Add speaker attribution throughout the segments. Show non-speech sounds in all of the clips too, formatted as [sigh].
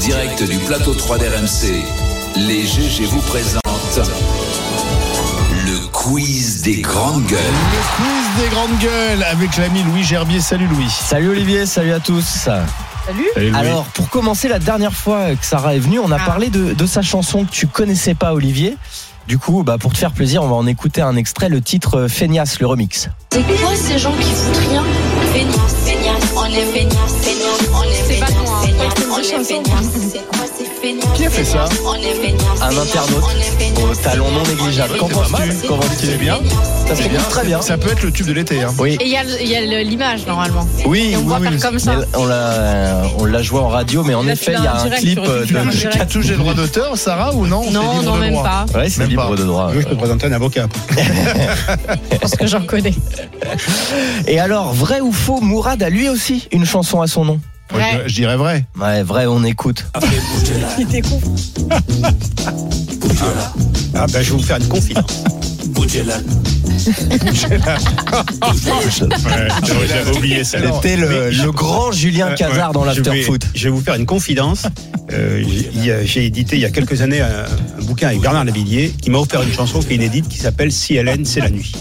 Speaker 1: direct du plateau 3 d'RMC, les GG vous présentent le quiz des grandes gueules.
Speaker 2: Le quiz des grandes gueules avec l'ami Louis Gerbier. Salut Louis.
Speaker 3: Salut Olivier, salut à tous.
Speaker 4: Salut.
Speaker 3: Alors, pour commencer, la dernière fois que Sarah est venue, on a
Speaker 4: Ah.
Speaker 3: parlé de, de sa chanson que tu connaissais pas, Olivier. Du coup, bah, pour te faire plaisir, on va en écouter un extrait, le titre euh, Feignasse, le remix.
Speaker 5: C'est quoi ces gens qui foutent rien Feignasse, feignasse, on est feignasse, feignasse, on est
Speaker 4: C'est pas
Speaker 5: feignasse,
Speaker 4: moi, hein.
Speaker 5: feignasse,
Speaker 4: C'est une
Speaker 5: on est
Speaker 4: chanson.
Speaker 5: feignasse. C'est quoi ces feignasses
Speaker 2: Qui a fait ça
Speaker 5: feignasse, on est feignasse,
Speaker 3: Un
Speaker 5: feignasse,
Speaker 3: internaute
Speaker 5: on est feignasse,
Speaker 3: au talent non
Speaker 5: feignasse,
Speaker 3: négligeable.
Speaker 5: on est
Speaker 3: Qu'en
Speaker 5: feignasse,
Speaker 2: penses-tu
Speaker 5: feignasse,
Speaker 2: Qu'en penses-tu C'est
Speaker 5: feignasse,
Speaker 2: Eh bien.
Speaker 3: Ça se
Speaker 2: C'est
Speaker 3: écoute très bien.
Speaker 2: Ça peut être le tube de l'été. Hein.
Speaker 3: Oui.
Speaker 4: Et il y a le- il y a le- l'image normalement.
Speaker 3: Oui,
Speaker 4: Et on
Speaker 3: oui,
Speaker 4: voit
Speaker 3: oui.
Speaker 4: faire comme ça.
Speaker 3: Mais on l'a, on l'a joué en radio, mais en
Speaker 4: Là,
Speaker 3: effet,
Speaker 4: tu l'as
Speaker 3: il y a
Speaker 4: en
Speaker 3: un
Speaker 4: direct,
Speaker 3: clip
Speaker 4: tu l'aurais
Speaker 3: euh,
Speaker 4: pu
Speaker 3: de
Speaker 4: faire en direct.
Speaker 3: Katou.
Speaker 2: Touche j'ai le droit d'auteur, Sarah, ou non C'est
Speaker 4: Non,
Speaker 2: libre
Speaker 4: non,
Speaker 2: de
Speaker 4: même
Speaker 2: droit.
Speaker 4: pas.
Speaker 3: Ouais, c'est
Speaker 2: Même
Speaker 3: libre
Speaker 2: pas.
Speaker 3: de droit.
Speaker 2: Oui, je te présenter un avocat.
Speaker 4: Parce que j'en connais.
Speaker 3: Et alors, vrai ou faux, Mourad a lui aussi une chanson à son nom.
Speaker 2: Moi,
Speaker 4: Ouais.
Speaker 2: je, je dirais vrai.
Speaker 3: Ouais, vrai, on écoute.
Speaker 4: Il était con.
Speaker 2: Ah
Speaker 6: bah,
Speaker 2: ben, je vais vous faire une confidence. J'avais oublié ça.
Speaker 3: C'était le, le grand Julien Cazard dans l'after foot.
Speaker 4: Euh,
Speaker 6: Je vais vous faire une confidence. Euh, j'ai- il y a- J'ai édité il y a quelques années un, un bouquin avec Bernard Lavillier qui m'a offert une chanson qui est inédite qui s'appelle Si Hélène, c'est la nuit.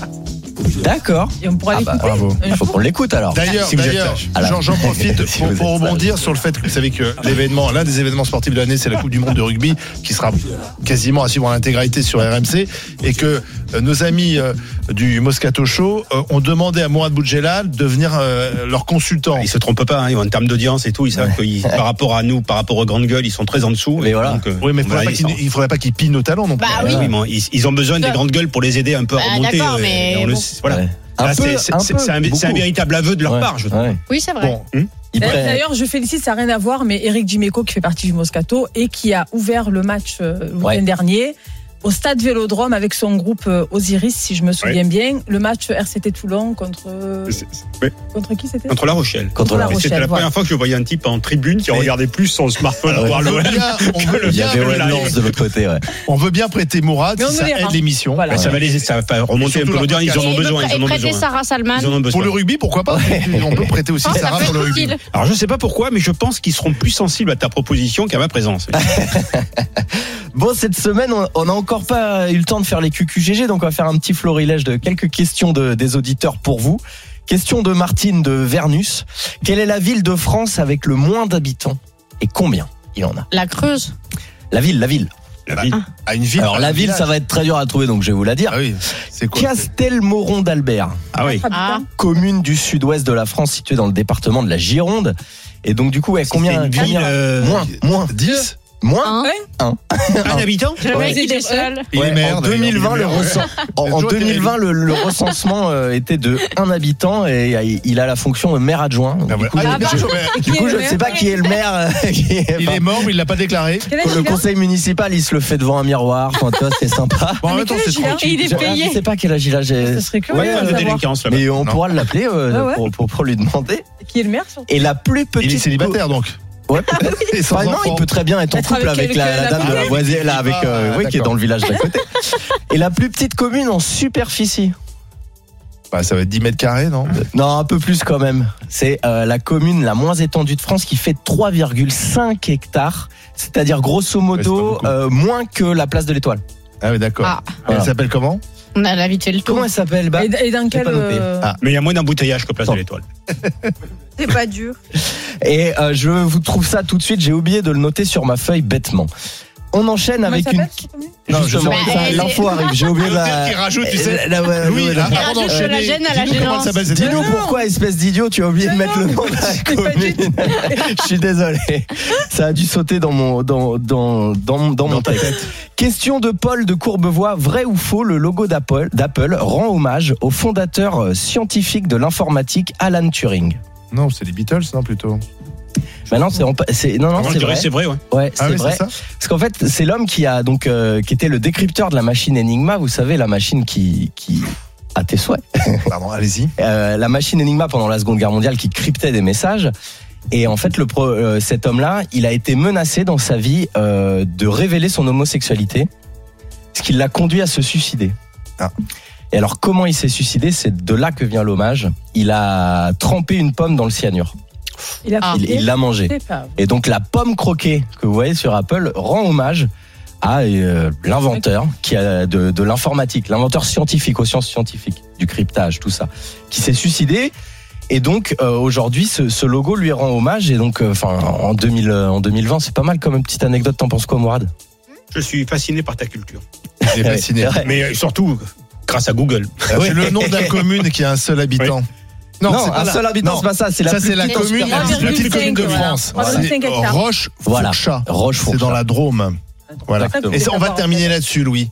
Speaker 3: D'accord.
Speaker 4: Et on pourra
Speaker 3: Ah bah,
Speaker 4: l'écouter.
Speaker 2: Bravo.
Speaker 4: un
Speaker 3: Faut
Speaker 4: jour.
Speaker 3: qu'on l'écoute alors.
Speaker 2: D'ailleurs,
Speaker 3: Si vous êtes
Speaker 2: d'ailleurs,
Speaker 3: sage.
Speaker 2: j'en- j'en
Speaker 3: [laughs]
Speaker 2: profite
Speaker 3: Si
Speaker 2: pour,
Speaker 3: vous
Speaker 2: pour
Speaker 3: êtes sage.
Speaker 2: rebondir sur le fait que vous savez que l'événement, l'un des événements sportifs de l'année, c'est la Coupe du Monde de rugby qui sera quasiment à suivre en intégralité sur RMC et que euh, nos amis euh, du Moscato Show euh, ont demandé à Mourad Boudjelal de venir euh, leur consultant.
Speaker 6: Ils se trompent pas hein, en termes d'audience et tout. Ils savent que ils- par rapport à nous, par rapport aux grandes gueules, ils sont très en dessous.
Speaker 3: Mais
Speaker 6: Et
Speaker 3: voilà.
Speaker 6: euh,
Speaker 2: Oui, mais
Speaker 6: on
Speaker 2: faudrait
Speaker 6: va
Speaker 2: pas
Speaker 6: les
Speaker 2: qu'il-
Speaker 6: descendre.
Speaker 2: il faudrait pas qu'ils pillent nos talents non plus.
Speaker 4: Bah
Speaker 3: Ah
Speaker 4: oui.
Speaker 6: Oui, mais ils, ils ont besoin des grandes gueules pour les aider un peu à
Speaker 4: Bah,
Speaker 6: remonter.
Speaker 4: d'accord,
Speaker 6: euh,
Speaker 4: mais
Speaker 6: et on le
Speaker 4: bon.
Speaker 6: sait, voilà.
Speaker 3: Ouais.
Speaker 6: Là,
Speaker 3: Un
Speaker 6: c'est-
Speaker 3: peu,
Speaker 6: c'est-
Speaker 3: un
Speaker 6: c'est-
Speaker 3: peu,
Speaker 6: c'est un,
Speaker 3: beaucoup.
Speaker 6: c'est un véritable aveu de leur
Speaker 3: Ouais,
Speaker 6: part. Je trouve.
Speaker 3: ouais.
Speaker 4: Oui, c'est vrai.
Speaker 2: Bon,
Speaker 3: Il
Speaker 7: D'ailleurs-
Speaker 3: prend-
Speaker 7: D'ailleurs, je félicite, ça n'a rien à voir, mais Eric Dimeco, qui fait partie du Moscato et qui a ouvert le match euh, le week-end
Speaker 3: Ouais.
Speaker 7: dernier au stade Vélodrome avec son groupe euh, Osiris, si je me souviens bien. Le match RCT Toulon contre. euh,
Speaker 6: C'est- c'est- ouais.
Speaker 7: Contre qui c'était
Speaker 6: Contre la Rochelle.
Speaker 3: Contre la
Speaker 6: Et Ah, C'était
Speaker 7: Rochelle,
Speaker 6: la première
Speaker 7: voilà.
Speaker 6: fois que je voyais un type en tribune qui
Speaker 2: Mais-
Speaker 6: regardait plus son smartphone
Speaker 3: Ah ouais.
Speaker 6: pour voir
Speaker 2: on
Speaker 6: le
Speaker 2: veut bien, on veut
Speaker 3: il y
Speaker 2: bien-
Speaker 3: avait Wayne Lance de l'autre côté. Ouais.
Speaker 2: on veut bien prêter Mourad
Speaker 7: Mais on
Speaker 2: si
Speaker 7: nous
Speaker 2: ça
Speaker 7: verra.
Speaker 2: aide l'émission.
Speaker 7: Voilà.
Speaker 6: Bah, ça va les ça va pas remonter un
Speaker 2: surtout
Speaker 6: peu
Speaker 2: leur
Speaker 6: l'audience, ils en ont
Speaker 4: Et
Speaker 6: besoin,
Speaker 4: me pr-
Speaker 6: ils en
Speaker 4: et
Speaker 6: ont
Speaker 4: prêtez
Speaker 6: besoin.
Speaker 4: Sarah Salman. Ah,
Speaker 6: Ils en ont
Speaker 2: Pour
Speaker 6: besoin.
Speaker 2: le rugby, pourquoi pas On peut prêter
Speaker 7: Oh,
Speaker 2: aussi
Speaker 4: Ça
Speaker 2: Sarah
Speaker 4: peut
Speaker 2: pour le
Speaker 4: être
Speaker 2: rugby.
Speaker 4: utile.
Speaker 6: Alors je sais pas pourquoi, mais je pense qu'ils seront plus sensibles à ta proposition qu'à ma présence.
Speaker 3: Bon, cette semaine, on- on n'a encore pas eu le temps de faire les QQGG, donc on va faire un petit florilège de quelques questions de- des auditeurs pour vous. Question de Martine de Vernus. Quelle est la ville de France avec le moins d'habitants et combien il en a
Speaker 4: La Creuse.
Speaker 3: La ville, la ville.
Speaker 6: La ville.
Speaker 2: À une ville.
Speaker 3: Alors la ville, ça va être très dur à trouver, donc je vais vous la dire.
Speaker 2: Ah oui, c'est quoi c'est-
Speaker 3: Castelmoron d'Albert.
Speaker 6: Ah oui.
Speaker 4: Ah.
Speaker 3: commune du sud-ouest de la France située dans le département de la Gironde. Et donc du coup, ouais, combien,
Speaker 6: une ville,
Speaker 3: combien-
Speaker 6: euh,
Speaker 3: moins, moins,
Speaker 2: 10
Speaker 3: moins.
Speaker 4: Hein
Speaker 6: un habitant
Speaker 4: Le mec,
Speaker 7: Ouais.
Speaker 4: il est seul.
Speaker 2: Il
Speaker 3: Ouais,
Speaker 2: est maire,
Speaker 3: en
Speaker 2: d'ailleurs,
Speaker 3: 2020,
Speaker 2: il
Speaker 3: le,
Speaker 2: est maire, ouais.
Speaker 3: recen-
Speaker 2: [laughs]
Speaker 3: en- en
Speaker 2: toujours été
Speaker 3: 2020, le- le recensement euh, était de un habitant et euh, il a la fonction de maire adjoint. Donc,
Speaker 2: Ah
Speaker 3: du
Speaker 2: ouais.
Speaker 3: coup,
Speaker 2: Ah,
Speaker 3: je-
Speaker 2: il est
Speaker 7: bah,
Speaker 3: je-
Speaker 2: maire.
Speaker 3: du coup, je ne sais pas qui est le maire. euh, [laughs] qui est-
Speaker 2: Il
Speaker 3: enfin,
Speaker 2: est mort, mais il l'a pas déclaré.
Speaker 7: Quel âge
Speaker 3: le
Speaker 7: il a
Speaker 3: conseil municipal, il se le fait devant un miroir. Enfin, toi, c'est
Speaker 7: [laughs]
Speaker 3: sympa.
Speaker 2: Bon, en
Speaker 7: Mais
Speaker 2: même temps,
Speaker 7: quel
Speaker 2: c'est
Speaker 7: âge il a
Speaker 2: tranquille.
Speaker 4: Et il est
Speaker 3: Je
Speaker 4: payé.
Speaker 3: sais pas quel âge il a. j'ai-
Speaker 7: Ce Ah, serait curieux
Speaker 3: Ouais,
Speaker 7: de
Speaker 3: euh,
Speaker 6: de
Speaker 7: savoir
Speaker 6: délinquance là-bas.
Speaker 3: Mais on pourra l'appeler euh,
Speaker 7: Ah ouais.
Speaker 3: pour, pour- pour lui demander.
Speaker 7: qui est le maire. surtout.
Speaker 3: Et la plus petite.
Speaker 2: Il est célibataire donc.
Speaker 3: Ouais.
Speaker 2: [laughs] Et sans
Speaker 3: Enfin, non,
Speaker 2: enfant.
Speaker 3: il peut très bien être en
Speaker 7: Être
Speaker 3: couple
Speaker 7: avec
Speaker 3: avec, la,
Speaker 7: quelqu'un
Speaker 3: la dame de
Speaker 2: d'à
Speaker 3: la
Speaker 2: côté.
Speaker 3: voisine, là, avec, euh,
Speaker 2: Ah,
Speaker 3: oui, qui est
Speaker 2: d'accord.
Speaker 3: dans le village d'à côté. Et la plus petite commune en superficie.
Speaker 2: Bah, ça va être 10 mètres carrés, non
Speaker 3: Non, un peu plus quand même. C'est euh, la commune la moins étendue de France qui fait 3,5 hectares. C'est-à-dire grosso
Speaker 2: Ouais, c'est
Speaker 3: modo
Speaker 2: pas beaucoup.
Speaker 3: euh, moins que la place de l'étoile.
Speaker 2: Ah oui, d'accord.
Speaker 4: Ah.
Speaker 2: Elle
Speaker 3: Voilà.
Speaker 2: s'appelle comment
Speaker 4: On a l'habitude le
Speaker 3: Comment
Speaker 4: tour.
Speaker 3: elle s'appelle bah,
Speaker 7: Et, d- et dans quel.
Speaker 3: pas noté.
Speaker 7: euh,
Speaker 2: Ah.
Speaker 6: Mais il y a moins d'embouteillages que place de l'étoile.
Speaker 7: C'est pas dur.
Speaker 3: Et euh, je vous trouve ça tout de suite. J'ai oublié de le noter sur ma feuille bêtement. On enchaîne
Speaker 7: Comment il
Speaker 3: avec une.
Speaker 7: s'appelle, cette commune
Speaker 2: Non, je
Speaker 3: Justement,
Speaker 2: sais
Speaker 4: pas.
Speaker 3: ça,
Speaker 4: Bah, elle-
Speaker 3: l'info arrive. J'ai oublié la. Euh,
Speaker 2: qui rajoute, tu sais.
Speaker 3: La- la-
Speaker 2: Louis,
Speaker 3: la-
Speaker 2: avant
Speaker 4: rajoute
Speaker 2: d'enchaîner,
Speaker 4: la gêne à la
Speaker 2: dis-nous comment
Speaker 4: gênance.
Speaker 2: elle s'appelle, cette
Speaker 3: Dis-nous
Speaker 2: dame.
Speaker 6: Ah,
Speaker 3: pourquoi, espèce d'idiot, tu as oublié de
Speaker 7: Mais
Speaker 3: mettre
Speaker 7: Bah non,
Speaker 3: le nom de la
Speaker 7: je l'ai pas du
Speaker 3: commune. [laughs] Je suis désolé. Ça a dû sauter dans mon, dans, dans, dans, mon- dans mon
Speaker 2: Dans ta
Speaker 3: texte. Question de Paul de Courbevoie. Vrai ou faux, le logo d'Apple d'Apple rend hommage au fondateur euh, scientifique de l'informatique, Alan Turing.
Speaker 2: Non, c'est les Beatles, non, plutôt.
Speaker 3: Bah non, c'est, en pa- c'est, non, non,
Speaker 6: Moi, je
Speaker 3: c'est
Speaker 6: dirais
Speaker 3: vrai.
Speaker 6: c'est vrai, ouais.
Speaker 3: Ouais, c'est
Speaker 2: Ah oui,
Speaker 3: vrai.
Speaker 2: c'est ça
Speaker 3: Parce qu'en fait, c'est l'homme qui a donc, euh, qui était le décrypteur de la machine Enigma. Vous savez, la machine qui, qui, à tes souhaits.
Speaker 2: Pardon, allez-y.
Speaker 3: Euh, la machine Enigma pendant la Seconde Guerre mondiale qui cryptait des messages. Et en fait, le pro- euh, cet homme-là, il a été menacé dans sa vie euh, de révéler son homosexualité, ce qui l'a conduit à se suicider.
Speaker 2: Ah.
Speaker 3: Et alors, comment il s'est suicidé C'est de là que vient l'hommage. Il a trempé une pomme dans le cyanure.
Speaker 7: Il a
Speaker 4: Ah.
Speaker 7: fait
Speaker 3: Il il l'a mangé.
Speaker 7: C'est pas-
Speaker 3: Et donc la pomme croquée que vous voyez sur Apple rend hommage à euh, l'inventeur qui a de, de l'informatique, l'inventeur scientifique aux sciences scientifiques, du cryptage, tout ça, qui s'est suicidé. Et donc euh, aujourd'hui, ce, ce logo lui rend hommage. Et donc, euh, enfin, en, 2000, euh, en 2020, c'est pas mal comme petite anecdote. T'en penses quoi, Mourad Eh
Speaker 6: Je suis fasciné par ta culture.
Speaker 2: J'ai fasciné.
Speaker 3: Ouais.
Speaker 6: Mais euh, surtout, grâce à Google.
Speaker 2: C'est le nom de [laughs] la commune qui a un seul habitant.
Speaker 3: Non,
Speaker 2: c'est pas
Speaker 3: un
Speaker 2: la-
Speaker 3: seul habitant,
Speaker 2: non.
Speaker 3: c'est pas ça. C'est la
Speaker 2: Ça,
Speaker 3: plus
Speaker 2: c'est la
Speaker 3: petite en
Speaker 2: commune, la
Speaker 7: superficie.
Speaker 2: plus petite
Speaker 7: 3,5
Speaker 2: commune de
Speaker 7: voilà.
Speaker 2: France.
Speaker 7: 3,5 hectares.
Speaker 2: roche
Speaker 3: Voilà.
Speaker 2: Rochefoucauld.
Speaker 3: Rochefourchat.
Speaker 2: C'est dans la Drôme. Voilà.
Speaker 7: Exactement.
Speaker 2: Et ça, on va terminer là-dessus, Louis.